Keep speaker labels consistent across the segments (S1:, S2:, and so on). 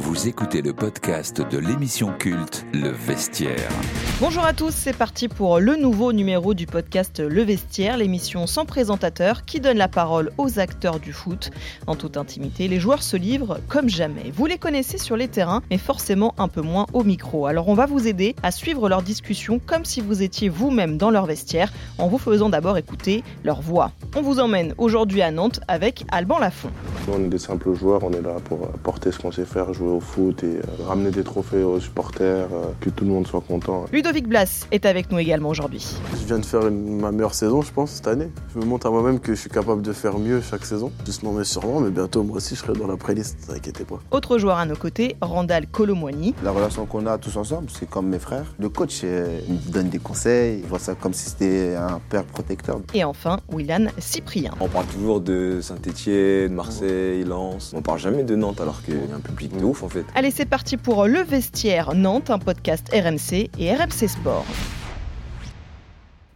S1: Vous écoutez le podcast de l'émission culte Le Vestiaire.
S2: Bonjour à tous, c'est parti pour le nouveau numéro du podcast Le Vestiaire, l'émission sans présentateur qui donne la parole aux acteurs du foot. En toute intimité, les joueurs se livrent comme jamais. Vous les connaissez sur les terrains, mais forcément un peu moins au micro. Alors on va vous aider à suivre leur discussion comme si vous étiez vous-même dans leur vestiaire, en vous faisant d'abord écouter leur voix. On vous emmène aujourd'hui à Nantes avec Alban Lafont.
S3: On est des simples joueurs, on est là pour porter ce qu'on sait faire, jouer au foot et euh, ramener des trophées aux supporters, euh, que tout le monde soit content.
S2: Ludovic Blas est avec nous également aujourd'hui.
S4: Je viens de faire une- ma meilleure saison, je pense, cette année. Je me montre à moi-même que je suis capable de faire mieux chaque saison. Justement, mais sûrement, mais bientôt, moi aussi, je serai dans la playlist, ne inquiétez pas.
S2: Autre joueur à nos côtés, Randall Colomwani.
S5: La relation qu'on a tous ensemble, c'est comme mes frères. Le coach euh, il me donne des conseils, il voit ça comme si c'était un père protecteur.
S2: Et enfin, Willan Cyprien.
S6: On parle toujours de Saint-Etienne, Marseille, Lens. On parle jamais de Nantes alors qu'il y a un public de ouf en fait.
S2: Allez, c'est parti pour Le Vestiaire Nantes, un podcast RMC et RMC Sport.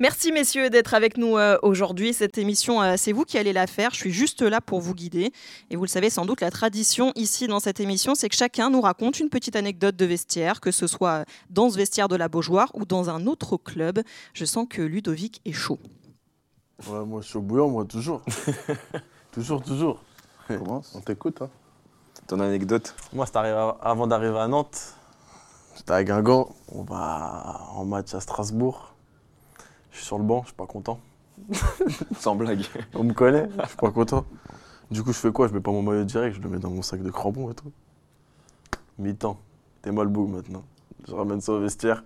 S2: Merci messieurs d'être avec nous euh, aujourd'hui. Cette émission, euh, c'est vous qui allez la faire. Je suis juste là pour vous guider. Et vous le savez sans doute, la tradition ici dans cette émission, c'est que chacun nous raconte une petite anecdote de vestiaire, que ce soit dans ce vestiaire de la Beaujoire ou dans un autre club. Je sens que Ludovic est chaud.
S4: Ouais, moi, je suis au bouillon, moi, toujours. toujours, toujours.
S5: On commence.
S3: On t'écoute, hein
S6: Ton anecdote
S7: Moi, c'est arrivé av- avant d'arriver à Nantes.
S4: J'étais à Guingamp.
S7: On va en match à Strasbourg. Je suis sur le banc, je suis pas content.
S6: Sans blague.
S4: On me connaît, je suis pas content. Du coup, je fais quoi Je mets pas mon maillot direct, je le mets dans mon sac de crampons et tout. Mi-temps, t'es mal boug maintenant. Je ramène ça au vestiaire,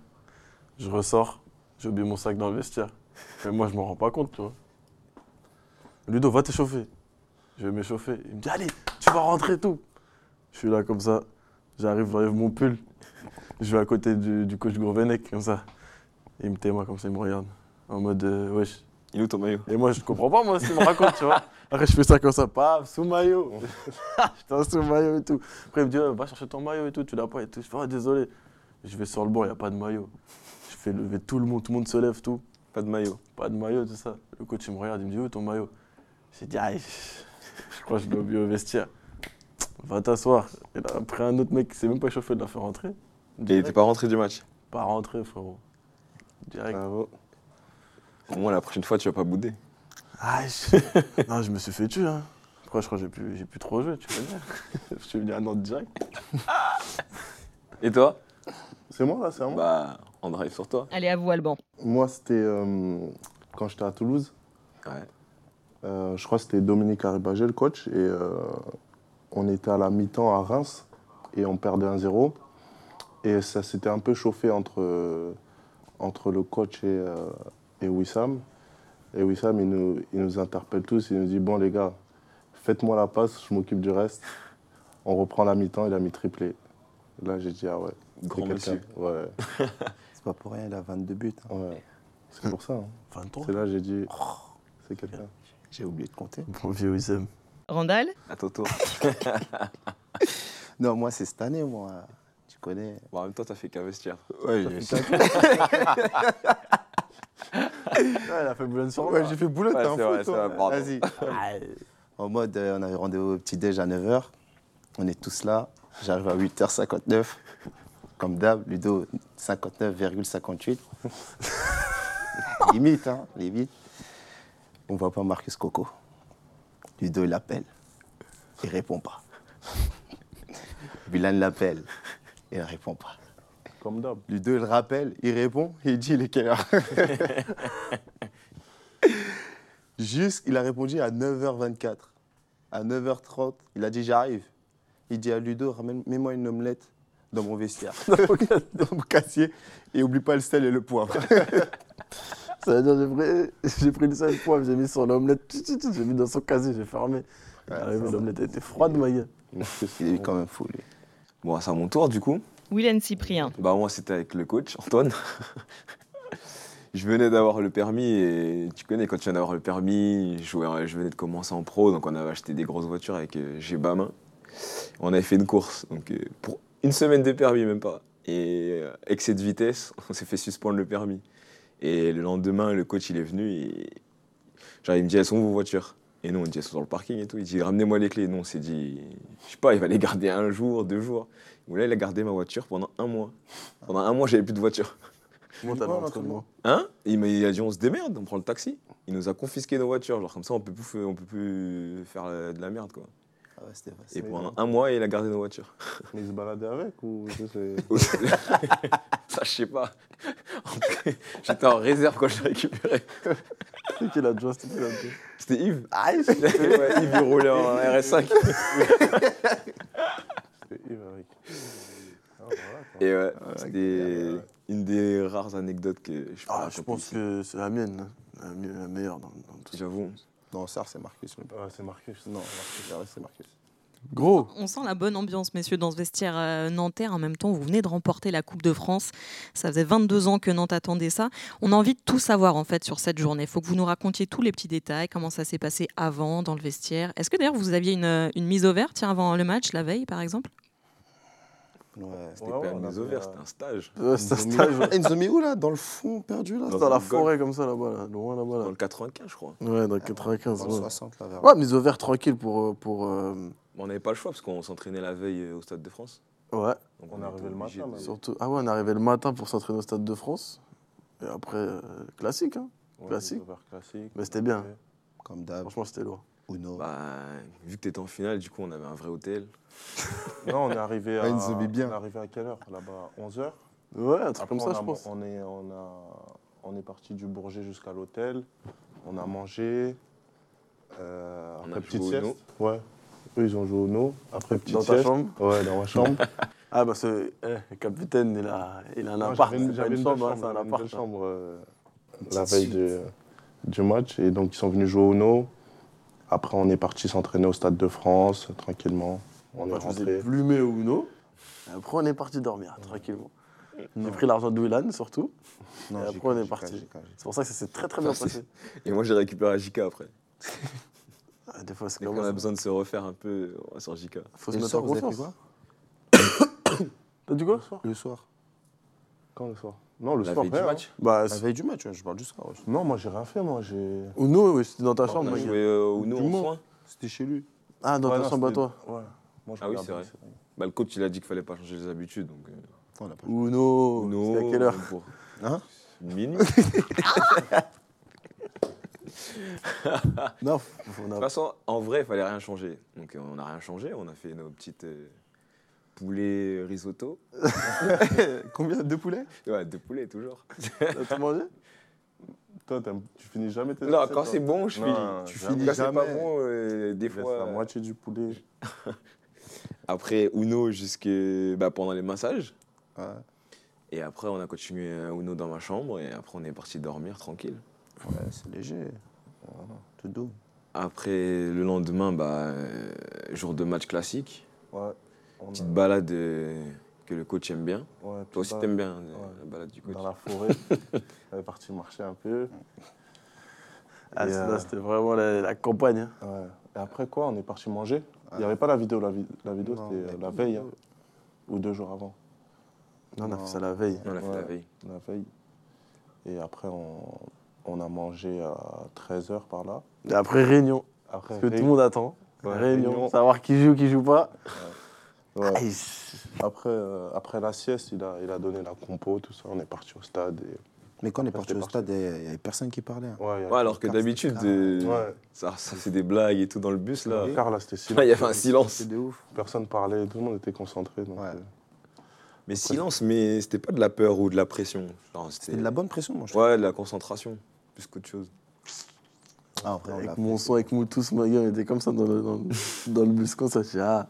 S4: je ressors, j'ai oublié mon sac dans le vestiaire. Mais moi, je m'en rends pas compte, tu vois. Ludo, va t'échauffer. Je vais m'échauffer. Il me dit, allez, tu vas rentrer et tout. Je suis là comme ça, j'arrive, j'enlève mon pull. Je vais à côté du, du coach Gourvenec, comme ça. Il me témoigne comme ça, il me regarde. En mode, euh, wesh,
S6: Il est où ton maillot
S4: et moi, je comprends pas, moi, ce qu'il me raconte, tu vois. Après, je fais ça comme ça, paf, sous maillot. J'étais sous maillot et tout. Après, il me dit, Ouais, va chercher ton maillot et tout, tu l'as pas et tout. Je fais, Ah, désolé. Je vais sur le banc, il n'y a pas de maillot. Je fais lever tout le monde, tout le monde se lève, tout.
S6: Pas de maillot.
S4: Pas de maillot, tout ça. Le coach, il me regarde, il me dit, où est ton maillot J'ai dit, aïe, je crois que je l'ai oublié au vestiaire. Va t'asseoir. Et là, après, un autre mec qui s'est même pas chauffé de la faire rentrer.
S6: Il était pas rentré du match.
S4: Pas rentré, frérot. Direct.
S3: Bravo.
S6: Au moins la prochaine fois tu vas pas bouder.
S4: Ah, je... non, je me suis fait tuer. Hein. Après, je crois que j'ai plus, j'ai plus trop joué, tu connais. je suis venu à Nantes direct.
S6: Et toi
S3: C'est moi, là, c'est à moi
S6: Bah on drive sur toi.
S2: Allez, à vous Alban.
S3: Moi, c'était euh, quand j'étais à Toulouse.
S6: Ouais.
S3: Euh, je crois que c'était Dominique Arribagé, le coach. Et euh, on était à la mi-temps à Reims et on perdait 1-0. Et ça s'était un peu chauffé entre, euh, entre le coach et, euh, et Wissam. Et Wissam, il nous, il nous interpelle tous. Il nous dit Bon, les gars, faites-moi la passe, je m'occupe du reste. On reprend la mi-temps, il a mis triplé. Là, j'ai dit Ah ouais. c'est
S6: Grand
S3: quelqu'un.
S6: monsieur.
S3: Ouais,
S5: C'est pas pour rien, il a 22 buts. hein.
S3: ouais. C'est pour ça. hein.
S4: 23.
S3: C'est là, j'ai dit C'est quelqu'un.
S5: J'ai oublié de compter.
S4: Bon vieux Wissem.
S2: Randall
S6: À ton tour.
S5: Non, moi, c'est cette année, moi. Tu connais.
S6: Bon, en même temps t'as fait qu'un vestiaire.
S5: Ouais,
S4: elle a fait boulot sur
S5: j'ai fait boulot,
S6: Ouais,
S5: t'es un
S6: c'est
S5: fou,
S6: vrai,
S5: toi.
S6: c'est vrai, pardon.
S5: Vas-y.
S4: Ah.
S5: En mode, euh, on avait rendez-vous au petit-déj à 9h. On est tous là. J'arrive à 8h59. Comme d'hab, Ludo, 59,58. limite, hein, limite. On voit pas Marcus Coco. Ludo, il l'appelle. Il répond pas. Bulan l'appelle. Il répond pas.
S3: Comme d'hab.
S5: Ludo, il rappelle, il répond, il dit il est quelle heure Juste, il a répondu à 9h24. À 9h30, il a dit j'arrive. Il dit à Ludo, ramène, mets-moi une omelette dans mon vestiaire, dans mon, ca- dans mon casier, et oublie pas le sel et le poivre.
S4: Ça veut dire, j'ai pris, j'ai pris le sel poivre, j'ai mis sur l'omelette, tut, tut, tut, j'ai mis dans son casier, j'ai fermé.
S5: Ouais,
S4: Arrivé,
S5: ça,
S4: l'omelette était froide, ma gueule.
S5: Il est quand même fou, lui.
S6: Bon c'est à mon tour du coup.
S2: Willan Cyprien.
S6: Bah moi c'était avec le coach Antoine. je venais d'avoir le permis et tu connais quand tu viens d'avoir le permis, je, jouais- je venais de commencer en pro donc on avait acheté des grosses voitures avec euh, G-Bamin. On avait fait une course donc euh, pour une semaine de permis même pas et euh, excès de vitesse, on s'est fait suspendre le permis. Et le lendemain le coach il est venu et genre il me dit elles sont où vos voitures Et nous, on dit, elles sont dans le parking et tout. Il dit, ramenez-moi les clés. Nous, on s'est dit, je sais pas, il va les garder un jour, deux jours. Ou là, il a gardé ma voiture pendant un mois. Pendant un mois, j'avais plus de voiture.
S4: Comment t'as
S5: Voilà,
S4: l'entraînement
S6: Hein il, m'a- il a dit, on se démerde, on prend le taxi. Il nous a confisqué nos voitures. Genre, comme ça, on peut plus, f- on peut plus faire euh, de la merde, quoi.
S5: Ah ouais, c'était facile.
S6: Et
S3: Mais
S6: pendant un mois, il a gardé nos voitures.
S3: Mais ils se baladaient avec ou ça, c'est-
S6: ça, je sais pas. J'étais en réserve quand je l'ai récupéré.
S4: C'est qui l'a déjà c'était qui l'a déjà
S6: C'était Yves. Ah, Yves, il roulait en RS5.
S3: c'était Yves avec. Ah, voilà, quoi.
S6: Et ouais, c'était une des rares anecdotes que je peux
S4: Ah, je
S6: raconter
S4: pense
S6: ici.
S4: que c'est la mienne, là. la, mi- la meilleure dans, dans tout ça.
S6: J'avoue.
S5: Non, ça, c'est Marcus. mais-
S3: Ouais, c'est marqué.
S5: Non, Marcus, la reste, c'est Marcus.
S4: Gros
S8: On sent la bonne ambiance, messieurs, dans ce vestiaire euh, nantais. En même temps, vous venez de remporter la Coupe de France. Ça faisait 22 ans que Nantes attendait ça. On a envie de tout savoir, en fait, sur cette journée. Il faut que vous nous racontiez tous les petits détails, comment ça s'est passé avant, dans le vestiaire. Est-ce que d'ailleurs, vous aviez une, euh, une mise au vert, tiens, avant le match, la veille, par exemple
S5: Ouais.
S6: C'était
S3: Ouais, ouais,
S6: pas
S3: on
S6: une
S3: a
S6: mise
S3: fait,
S6: au vert,
S3: euh,
S6: c'était un stage.
S4: Ouais, c'est un
S5: Ils nous ont mis-
S4: stage
S5: Ils nous ont mis où là Dans le fond perdu là
S6: Dans
S4: dans,
S6: une
S4: la
S6: golf.
S4: forêt comme ça là-bas, là, loin là-bas.
S6: Dans
S4: Là.
S6: le 95, je crois.
S4: Ouais, dans le
S5: Dans
S4: 95.
S5: le
S4: Ouais,
S5: 60 là vers
S4: ouais mise au vert tranquille pour. euh, pour euh,
S6: Mais on n'avait pas le choix parce qu'on s'entraînait la veille euh, au Stade de France.
S4: ouais,
S6: Donc
S3: On est arrivé
S6: était
S3: le
S6: obligé
S3: matin,
S6: de-
S3: même.
S4: surtout. Ah ouais, on arrivait le matin pour s'entraîner au Stade de France. Et après, euh, classique, hein.
S3: Ouais,
S4: Classique.
S3: mise au vert classique.
S4: Mais c'était bien.
S5: Comme d'hab,
S4: Franchement, c'était lourd.
S5: Uno.
S6: Bah, vu que t'étais en finale, du coup, on avait un vrai hôtel.
S3: Non, on est arrivé à.
S5: Ah, ils se met bien.
S3: On est arrivé à quelle heure Là-bas, 11h.
S4: Ouais, un truc
S3: Après,
S4: comme ça,
S3: on a-
S4: je pense.
S3: On est, on a, on est parti du Bourget jusqu'à l'hôtel. On a mangé. Euh,
S6: On
S3: après,
S6: a joué
S3: petite
S6: au
S3: sieste. Ouais. Eux, ils ont joué au no. Après, petite
S4: Dans ta
S3: sieste.
S4: chambre
S3: Ouais, dans ma chambre.
S4: Ah, bah, ce, eh, le capitaine, il a, il a un
S3: Non,
S4: appart.
S3: j'avais une-
S4: C'est pas
S3: j'avais
S4: une
S3: une
S4: chambre, hein,
S3: belle
S4: c'est un
S3: j'avais une
S4: appart.
S3: belle
S4: hein.
S3: chambre, euh, la veille de- du match. Et donc, ils sont venus jouer au no. Après, on est parti s'entraîner au Stade de France, tranquillement. On est
S4: Moi, je vous ai
S3: rentré.
S4: plumé au Uno. Après, on est parti dormir, tranquillement. J'ai pris l'argent de Willan, surtout.
S5: Non,
S4: Et
S5: j'ai-
S4: après, on est
S5: j'ai-
S4: parti.
S5: j'ai- j'ai-
S4: C'est pour ça que ça s'est très très bien
S6: Merci.
S4: passé.
S6: Et moi, j'ai récupéré à JK après.
S4: Ah, Des fois, c'est
S6: Dès
S4: comme
S6: qu'on a
S4: ça.
S6: besoin de se refaire un peu on va sur JK.
S4: Faut
S5: Et
S4: se
S5: le
S4: mettre en
S5: soir, vous avez
S4: confiance.
S5: pris quoi
S4: T'as dit quoi ce soir
S5: Le soir.
S3: Quand le soir Non, le
S6: La
S3: soir.
S6: veille du
S3: rien,
S6: match.
S3: hein.
S4: Bah,
S5: La veille du match, ouais, je parle du soir. ouais.
S3: Non, moi, j'ai rien fait. Moi, j'ai.
S4: Uno, oui, c'était dans ta
S6: On
S4: chambre.
S6: a
S4: mec.
S6: joué euh, au Uno
S5: Du
S6: en
S5: moins.
S6: soin.
S5: C'était chez lui.
S4: Ah, dans
S3: Ouais,
S4: ta
S3: non,
S4: chambre à
S3: c'était-
S4: toi.
S3: Ouais. Moi, je
S6: Ah oui,
S3: regarde
S6: c'est
S3: pas,
S6: vrai. Bah, le coach, il a dit qu'il fallait pas changer les habitudes. Donc, euh,
S5: On l'a pas Oh,
S4: Uno,
S6: Uno,
S4: c'était à quelle heure
S6: même pour-
S5: Hein
S6: Une minute.
S4: Non, on
S6: De
S4: a-
S6: toute façon, en vrai, il fallait rien changer. Donc euh, on n'a rien changé, on a fait nos petites euh, poulets risotto.
S5: Combien de poulets
S6: Ouais, de poulets toujours.
S4: t'as tout mangé
S3: Toi, t'aimes- tu finis jamais tes
S6: Non,
S3: assiettes,
S6: quand
S3: toi
S6: c'est bon, je
S3: Non,
S6: finis.
S3: Tu
S5: finis
S6: Quand c'est pas
S5: jamais.
S6: bon, euh, des
S3: Tu laisses
S6: fois.
S3: la moitié du poulet.
S6: Après Uno jusque bah, pendant les massages.
S5: Ouais.
S6: Et après, on a continué à Uno dans ma chambre et après, on est parti dormir tranquille.
S5: Ouais, c'est léger. Voilà, Ah, Tout doux.
S6: Après, le lendemain, bah, euh, jour de match classique.
S3: Ouais. On
S6: Petite
S3: a-
S6: balade euh, que le coach aime bien.
S3: ouais,
S6: Toi aussi,
S3: dans-
S6: t'aimes bien euh,
S3: Ouais.
S6: la balade du coach.
S3: Dans la forêt. On est parti marcher un peu.
S4: Ah,
S3: Et,
S4: c'est-
S3: euh,
S4: là, c'était vraiment la, la campagne. hein.
S3: ouais. Et après quoi, on est parti manger. Il n'y
S5: Ouais.
S3: avait pas la vidéo. La, vi- la vidéo,
S5: Non,
S3: c'était euh,
S5: mais-
S3: la veille. hein, Ou deux jours avant.
S4: Non, on a
S5: Non.
S4: fait ça la veille.
S6: On l'a fait la
S3: Ouais.
S6: veille.
S3: La veille. Et après, on, on a mangé à 13h par là.
S4: Et après, réunion.
S3: Après,
S4: Parce que tout le
S3: ré-
S4: monde attend.
S3: Ouais,
S4: réunion,
S3: réunion.
S4: savoir qui joue, qui joue pas.
S3: ouais.
S4: Aïe.
S3: après, euh, après la sieste, il a, il a donné la compo, tout ça. On est parti au stade. Et...
S5: Mais quand on est
S3: Après,
S5: parti
S3: c'est
S5: au
S3: parti.
S5: stade, il n'y avait personne qui parlait. hein.
S3: Ouais, il y a-
S6: Ouais, alors que
S5: Car-
S6: d'habitude,
S5: car-
S6: euh,
S3: Ouais.
S6: ça, ça c'est des blagues et tout dans le bus là.
S3: Car là, c'était
S6: Il
S3: silence.
S6: y avait un silence.
S5: C'est de ouf.
S3: Personne parlait, tout le monde était concentré. donc,
S5: Ouais.
S3: euh,
S6: Mais silence, mais c'était pas de la peur ou de la pression. Genre, C'était
S5: C'était de la bonne pression, moi, je
S6: Ouais, de la concentration, plus qu'autre chose.
S5: trouve. Ah, en vrai, on l'a
S4: Avec
S5: fait.
S4: mon son, avec nous tous, ma gueule, on était comme ça dans le, dans le- dans le bus. Comme ça, je dis, ah.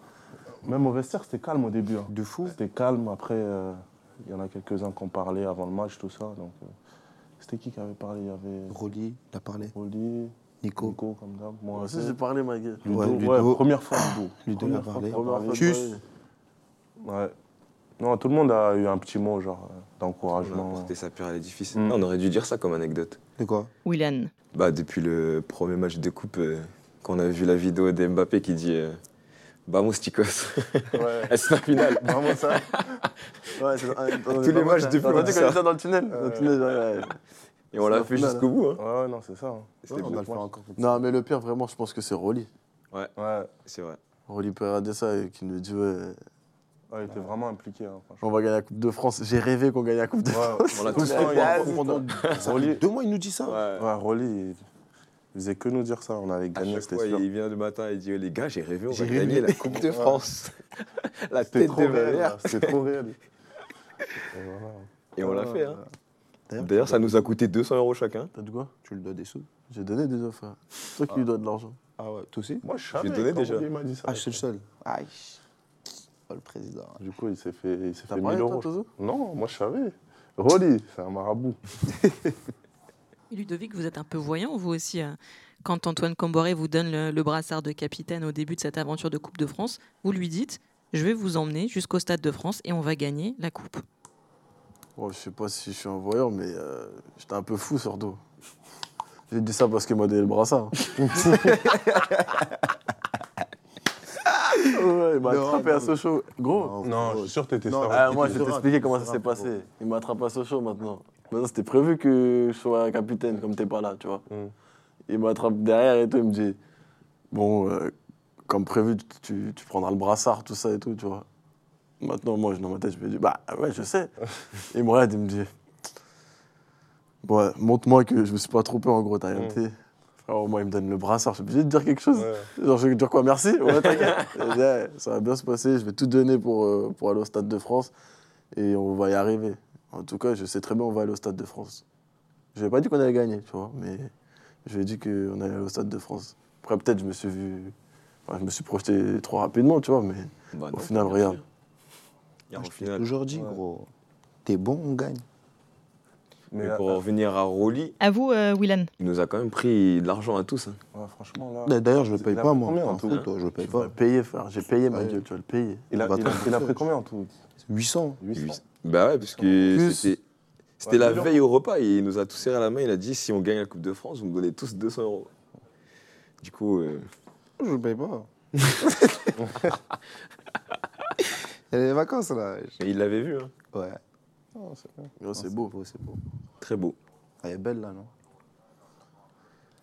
S3: Même au vestiaire, c'était calme au début. hein.
S5: De fou.
S3: C'était calme. Après, euh, il y en a quelques-uns qui ont parlé avant le match, tout ça. Donc, euh, c'était qui qui avait parlé Il y avait
S5: Rolly, il a parlé.
S3: Oli,
S5: Nico.
S3: Nico, comme d'hab. Moi,
S4: Moi
S3: aussi.
S4: aussi, j'ai parlé, ma gueule.
S3: Ludo,
S5: Ouais,
S3: ouais,
S5: Ludo.
S3: première fois Ludo.
S5: Ludo
S3: Première
S5: a
S3: fois
S5: parlé.
S3: qu'il a parlé.
S5: Tchuss.
S3: Ouais. Non, tout le monde a eu un petit mot, genre, euh,
S6: On a
S3: d'encouragement.
S6: porté sa pierre à l'édifice.
S3: Mm.
S6: On aurait dû dire ça comme anecdote.
S5: De quoi
S2: Willian,
S6: Bah, depuis le premier match de coupe, euh, qu'on a vu la vidéo d'Mbappé qui dit euh, Vamos, chicos.
S3: Ouais.
S6: c'est la finale.
S4: Vraiment ça. ouais, c'est-
S6: Tous les matchs depuis,
S4: T'as
S6: on
S4: entendu
S6: dit
S4: qu'on
S6: ça.
S4: était dans le tunnel Dans le tunnel, ouais, ouais.
S6: Et on l'a fait
S3: finale,
S6: jusqu'au bout. hein.
S3: Ouais, ouais, non, c'est ça. hein.
S6: C'était
S5: on
S6: beau.
S5: va le faire encore. pour-
S4: Non, mais le pire, vraiment, je pense que c'est Rolly.
S3: Ouais,
S6: C'est vrai.
S4: Rolly peut regarder ça et qui nous dit ouais,
S3: ouais, il était vraiment impliqué, hein, franchement.
S4: on va gagner la Coupe de France. J'ai rêvé qu'on gagne la Coupe de France.
S3: Ouais,
S6: On l'a
S3: tout
S6: tous
S3: le
S6: fait.
S3: temps, il y a-
S6: Ouais.
S3: pendant-
S5: Rolly,
S3: Rolly-
S5: Deux mois, il nous dit ça.
S6: Ouais.
S3: Ouais, Rolly, il- il faisait que nous dire ça. On allait
S6: À
S3: gagner,
S6: chaque
S3: c'était
S6: fois,
S3: sûr.
S6: il vient le matin et dit oh, Les gars, j'ai rêvé, on va
S4: J'ai
S6: gagner la Coupe de France. la
S3: C'était
S6: tête
S3: trop
S6: de
S3: réel.
S6: verre.
S3: là, C'était trop réel. Et voilà.
S6: Et on l'a fait. hein.
S5: D'ailleurs,
S6: D'ailleurs, ça nous a coûté 200 euros chacun.
S4: T'as dit quoi Tu le dois des sous J'ai donné des offres. hein. C'est toi qui lui dois de l'argent.
S5: Ah ouais, toi aussi
S3: Moi, je savais.
S6: donné
S3: quand
S6: déjà.
S3: Rolly m'a dit ça.
S5: Ah, je suis le seul. Aïe. Oh, le président.
S3: Du coup, il s'est fait, il s'est
S4: T'as
S3: fait
S4: parlé,
S3: 1000
S4: toi,
S3: euros.
S4: Tozo
S3: Non, moi, je savais. Rolly, c'est un marabout.
S8: Et Ludovic, vous êtes un peu voyant, vous aussi. euh, Quand Antoine Camboré vous donne le, le brassard de capitaine au début de cette aventure de Coupe de France, vous lui dites Je vais vous emmener jusqu'au Stade de France et on va gagner la Coupe.
S4: Ouais, Oh, je sais pas si je suis un voyant, mais euh, j'étais un peu fou surtout. J'ai dit ça parce qu'il m'a donné le brassard. ouais, il m'a
S5: Non,
S4: attrapé
S5: non.
S4: à Sochaux. Gros,
S3: Non, je suis sûr que t'étais
S5: Non,
S3: ça.
S4: Ah,
S5: ouais,
S4: moi,
S5: tu
S4: je vais
S5: devras,
S4: t'expliquer
S5: tu
S4: comment ça
S5: devras,
S4: s'est
S5: frérot.
S4: passé. Il m'attrape à Sochaux maintenant. Maintenant, c'était prévu que je sois capitaine, comme t'es pas là, tu vois.
S3: Mm.
S4: Il m'attrape derrière et tout, il me dit Bon, euh, comme prévu, tu, tu- tu prendras le brassard, tout ça et tout, tu vois. Maintenant, moi, je- dans ma tête, je me dis Bah ouais, je sais. il me regarde, il me dit Bon, ouais, montre-moi que je me suis pas trompé, en gros, t'as rien
S3: Mm.
S4: dit. Frérot, moi, il me donne le brassard, je suis obligé de dire quelque chose.
S3: Ouais.
S4: Genre, je vais dire quoi, merci Ouais, t'inquiète. Et je dis, Ouais, ça va bien se passer, je vais tout donner pour, euh, pour aller au Stade de France et on va y arriver. En tout cas, je sais très bien, on va aller au Stade de France. Je n'ai pas dit qu'on allait gagner, tu vois, mais je lui ai dit qu'on allait aller au Stade de France. Après, peut-être, je me suis vu. enfin, je me suis projeté trop rapidement, tu vois, mais
S6: Bah,
S4: au
S6: non,
S4: final,
S6: bien
S4: regarde.
S6: sûr.
S5: Moi,
S6: Hier, au
S5: je t'ai
S6: final.
S5: toujours dit,
S3: Ouais.
S5: gros. T'es bon, on gagne.
S3: Mais
S6: Mais
S3: là-
S6: pour en revenir à Rolly,
S2: À vous, euh, Willan.
S6: il nous a quand même pris de l'argent à tous. hein.
S3: ouais, franchement,
S4: Ah,
S3: là.
S5: D'ailleurs, je le
S3: C'est-
S5: paye
S3: il a
S5: pas,
S3: pris
S5: moi.
S3: combien, en
S5: T'en
S3: tout,
S5: fous, toi, je le paye
S4: Tu vas
S5: pas.
S4: le payer, frère. J'ai payé, ma
S5: Ouais.
S4: gueule, tu vas le payer.
S3: Il a,
S5: on va
S3: il a-
S5: t'en
S3: il a
S5: faire.
S3: pris combien en tout
S5: 800.
S3: 800.
S6: Bah ouais, parce que
S4: Plus-
S6: c'était. C'était
S3: Ouais,
S6: la
S3: plus long.
S6: veille au repas, il nous a tous serré la main, il a dit si on gagne la Coupe de France, vous me donnez tous 200 euros. Du coup, euh,
S5: Je le paye pas. Il y a les vacances, là. wesh.
S6: mais il l'avait vu, hein.
S5: Ouais.
S3: Non, c'est bien.
S4: Gros, c'est
S5: Non,
S4: beau.
S5: C'est beau.
S6: très beau.
S5: Ah, Elle est belle, là, non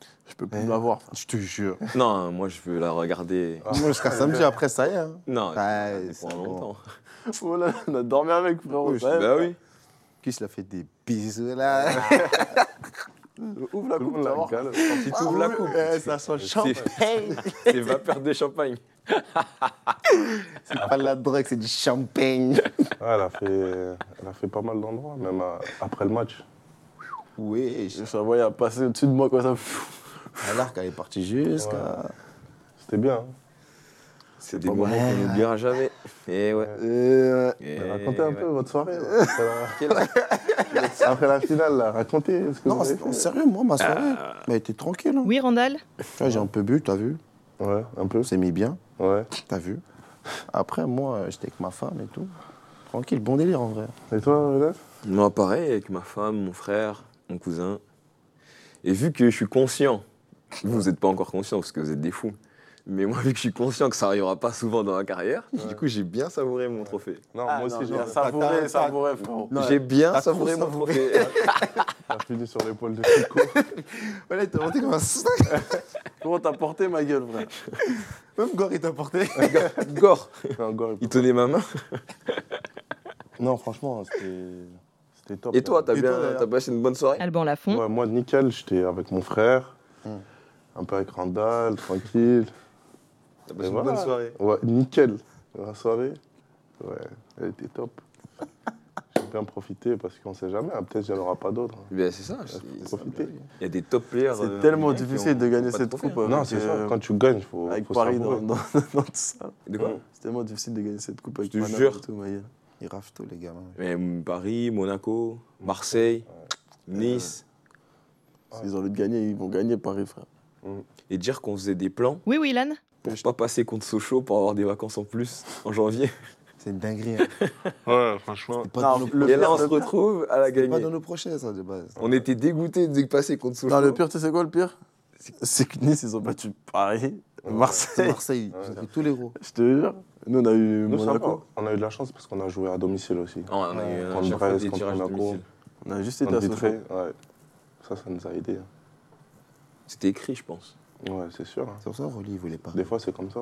S5: Eh.
S4: Je peux plus l'avoir. frère.
S5: Je te jure.
S6: Non, moi je veux la regarder.
S3: Ah.
S5: Moi, jusqu'à samedi, après, ça y est. hein.
S6: Non,
S5: Ouais,
S6: Ah, c'est
S5: c'est
S6: pour
S5: bon.
S6: longtemps.
S4: Oh là, on a dormi avec, frère.
S5: Oui, je-
S6: Bah oui.
S5: Qui se l'a fait des bisous, là
S4: Ouvre la
S3: Tout le
S4: coupe,
S3: monde
S4: tu vas
S3: la
S4: voir.
S3: gale.
S6: Si tu ouvres la coupe,
S5: Eh, ça sent le champagne.
S6: c'est vapeur de champagne.
S5: C'est pas de la drogue, c'est du champagne.
S3: Ah, elle, a fait, elle a fait pas mal d'endroits, même euh, après le match.
S5: Oui,
S4: Je la voyais passer au-dessus de moi, quoi, ça.
S5: alors qu'elle est partie jusqu'à.
S3: C'était bien. hein.
S6: C'est des moments qu'on n'oubliera jamais. Et ouais.
S5: Euh,
S6: Et
S3: Mais racontez un
S6: ouais.
S3: peu votre soirée. là. Après la- Après la finale, là, racontez ce que
S5: Non,
S3: vous avez
S5: c'est- en
S3: fait.
S5: sérieux, moi, ma soirée, elle était tranquille. hein.
S2: Oui, Randall
S5: Tu vois, J'ai un peu bu, t'as vu
S3: Ouais, un peu.
S5: On s'est mis bien,
S3: Ouais.
S5: t'as vu Après, moi, j'étais avec ma femme et tout. Tranquille, bon délire en vrai.
S3: Et toi, Renat
S6: Moi, pareil, avec ma femme, mon frère, mon cousin. Et vu que je suis conscient, vous n'êtes pas encore conscient parce que vous êtes des fous, mais moi, vu que je suis conscient que ça n'arrivera pas souvent dans ma carrière, du coup, j'ai bien savouré mon trophée.
S3: Non,
S4: Ah,
S3: moi
S4: non,
S3: aussi, j'ai
S4: non,
S3: ça.
S4: savouré, savouré, frérot.
S5: Non,
S6: j'ai bien
S5: t'as
S6: savouré
S5: trop
S6: mon trophée.
S3: a fini sur l'épaule de Chico.
S5: Voilà, Bah il t'a monté comme un sac.
S4: Comment t'as porté ma gueule, frère
S5: Même Gore, il t'a porté.
S6: Gore,
S3: Encore, il-
S6: il tenait ma main.
S3: Non, franchement, c'était c'était top.
S6: Et toi, t'as
S5: Et
S6: bien
S5: toi, d'ailleurs
S6: t'as passé une bonne soirée
S2: Alban Lafont.
S3: Ouais, moi, nickel, j'étais avec mon frère,
S6: Hmm.
S3: un peu avec Randall, tranquille.
S6: T'as
S3: Et
S6: passé une
S3: voilà.
S6: bonne soirée.
S3: Ouais, nickel. La soirée, ouais, elle était top. J'ai bien profité parce qu'on sait jamais, hein, peut-être il n'y en aura pas d'autres. hein.
S6: Ben, c'est ça.
S3: Faut
S6: c'est-
S3: profiter.
S6: Il y a des top players.
S4: Ah, C'est
S6: euh,
S4: tellement
S6: en Ligue 1 qui
S4: difficile
S6: ont-
S4: de
S6: qui ont
S4: gagner
S6: pas
S4: cette
S6: trophée,
S4: coupe.
S6: hein.
S4: hein,
S3: non,
S4: avec,
S3: c'est
S4: euh,
S3: sûr, quand tu gagnes, faut.
S4: Avec
S3: faut
S4: Paris dans,
S3: savourer.
S4: dans- dans tout ça.
S6: De quoi
S4: C'est tellement difficile de gagner cette coupe avec
S6: te
S4: Paname
S6: jure.
S4: et tout, ma gueule.
S5: Il rafle tout, les gamins.
S6: Mais, mm, Paris, Monaco, Marseille, Nice.
S4: S'ils ont envie de gagner, ils vont gagner Paris, frère.
S6: Et dire qu'on faisait des plans
S2: Oui, Willan
S6: pour pas passer contre Sochaux pour avoir des vacances en plus en janvier.
S5: C'est une dinguerie. hein.
S3: Ouais, franchement.
S5: Pas
S4: Non,
S5: dans nos-
S4: le
S6: et là,
S4: pire,
S6: on se retrouve à la
S5: pas
S6: gagner.
S5: dans nos prochains, ça, de base.
S6: On était dégoûtés de passer contre Sochaux.
S4: Non, le pire, tu sais quoi, le pire C'est que Nice, ils ont battu Paris,
S5: C'est
S4: Marseille.
S5: Marseille,
S3: Ouais.
S5: ils ont pris tous les gros.
S4: Je te jure. Nous, on a eu
S3: Nous, ça va,
S4: Monaco.
S3: on a eu de la chance parce qu'on a joué à domicile aussi.
S6: Non, on a eu à
S3: Contre
S6: chaque fois
S3: Brest,
S6: des
S3: contre
S6: tirages
S3: Monaco.
S6: domicile.
S4: On a juste
S3: On
S4: été à
S3: était
S4: Sochaux.
S3: très- ouais. Ça, ça nous a aidé.
S6: C'était écrit, je pense.
S3: Ouais, c'est sûr. hein.
S5: C'est pour ça Rolly, il voulait pas.
S3: Des fois, c'est comme ça.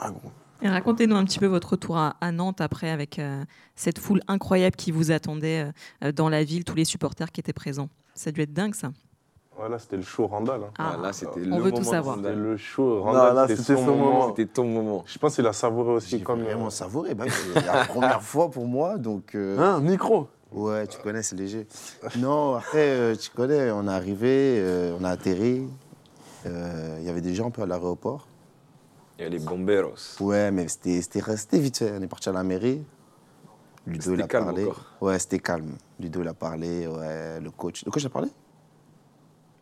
S4: Ah, gros.
S8: Et racontez-nous un petit peu votre retour à, à Nantes après avec euh, cette foule incroyable qui vous attendait euh, dans la ville, tous les supporters qui étaient présents. Ça a dû être dingue ça.
S3: Ouais, là, c'était le show Randall. hein.
S8: Ah,
S6: Ah, là, c'était
S3: on
S6: le
S8: veut tout
S6: moment de
S8: savoir.
S6: Randall.
S3: C'était le show
S4: Non, là,
S3: Randall.
S4: c'était
S3: C'était
S4: son
S3: son moment.
S6: C'était ton moment.
S3: Je pense qu'il a savouré aussi
S5: J'ai
S3: comme.
S5: vraiment savouré. bah oui, c'est la première fois pour moi, donc. euh,
S4: euh, Hein, micro
S5: Ouais, tu connais, c'est léger. Non, après, euh, tu connais, on est arrivé, euh, on a atterri. Euh, Il y avait des gens un peu à l'aéroport.
S6: Il y a les bomberos.
S5: Ouais, mais c'était c'était resté vite fait. On est parti à la mairie. Ludo, il
S6: C'était
S5: a
S6: calme
S5: parlé.
S6: encore.
S5: Ouais, c'était calme. Ludo, il a parlé. Ouais, le coach. Le coach a parlé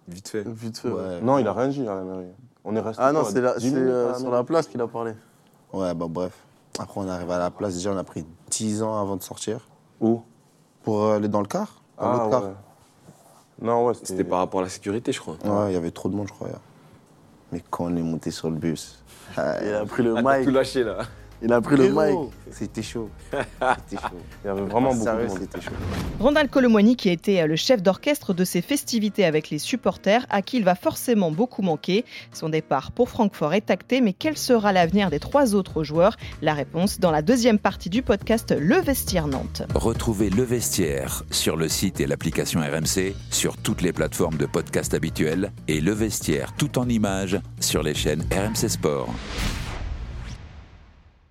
S6: Vite fait.
S4: Vite fait. ouais.
S5: ouais.
S3: euh, Non, il a rien dit à la mairie. On est resté.
S4: Ah non,
S3: quoi,
S4: c'est la-
S3: 10
S4: c'est
S3: minutes à
S4: euh,
S3: la
S4: sur
S3: mairie.
S4: la place qu'il a parlé.
S5: Ouais, bah bref. Après, on est arrivé à la place. Déjà, on a pris 10 ans avant de sortir.
S3: Où
S5: Pour euh, aller dans le car Dans
S3: Ah,
S5: l'autre
S3: ouais. Non, ouais, c'était.
S6: C'était par rapport à la sécurité, je crois. Ah,
S5: car Ouais, il y avait trop de monde, je crois. hier. Mais quand on est monté sur le bus.
S4: Il a pris le
S6: Ah, t'as tout
S4: mic.
S6: lâché là.
S4: Il a pris le mic.
S5: Frérot, C'était chaud. C'était chaud.
S3: Il y avait vraiment beaucoup
S5: Sérieux,
S3: de monde.
S5: c'était chaud.
S2: Randall Colomoyni, qui a été euh, le chef d'orchestre de ces festivités avec les supporters, à qui il va forcément beaucoup manquer. Son départ pour Francfort est acté, mais quel sera l'avenir des trois autres joueurs La réponse dans la deuxième partie du podcast Le Vestiaire Nantes.
S1: Retrouvez Le Vestiaire sur le site et l'application RMC, sur toutes les plateformes de podcast habituelles et Le Vestiaire tout en images sur les chaînes RMC Sport.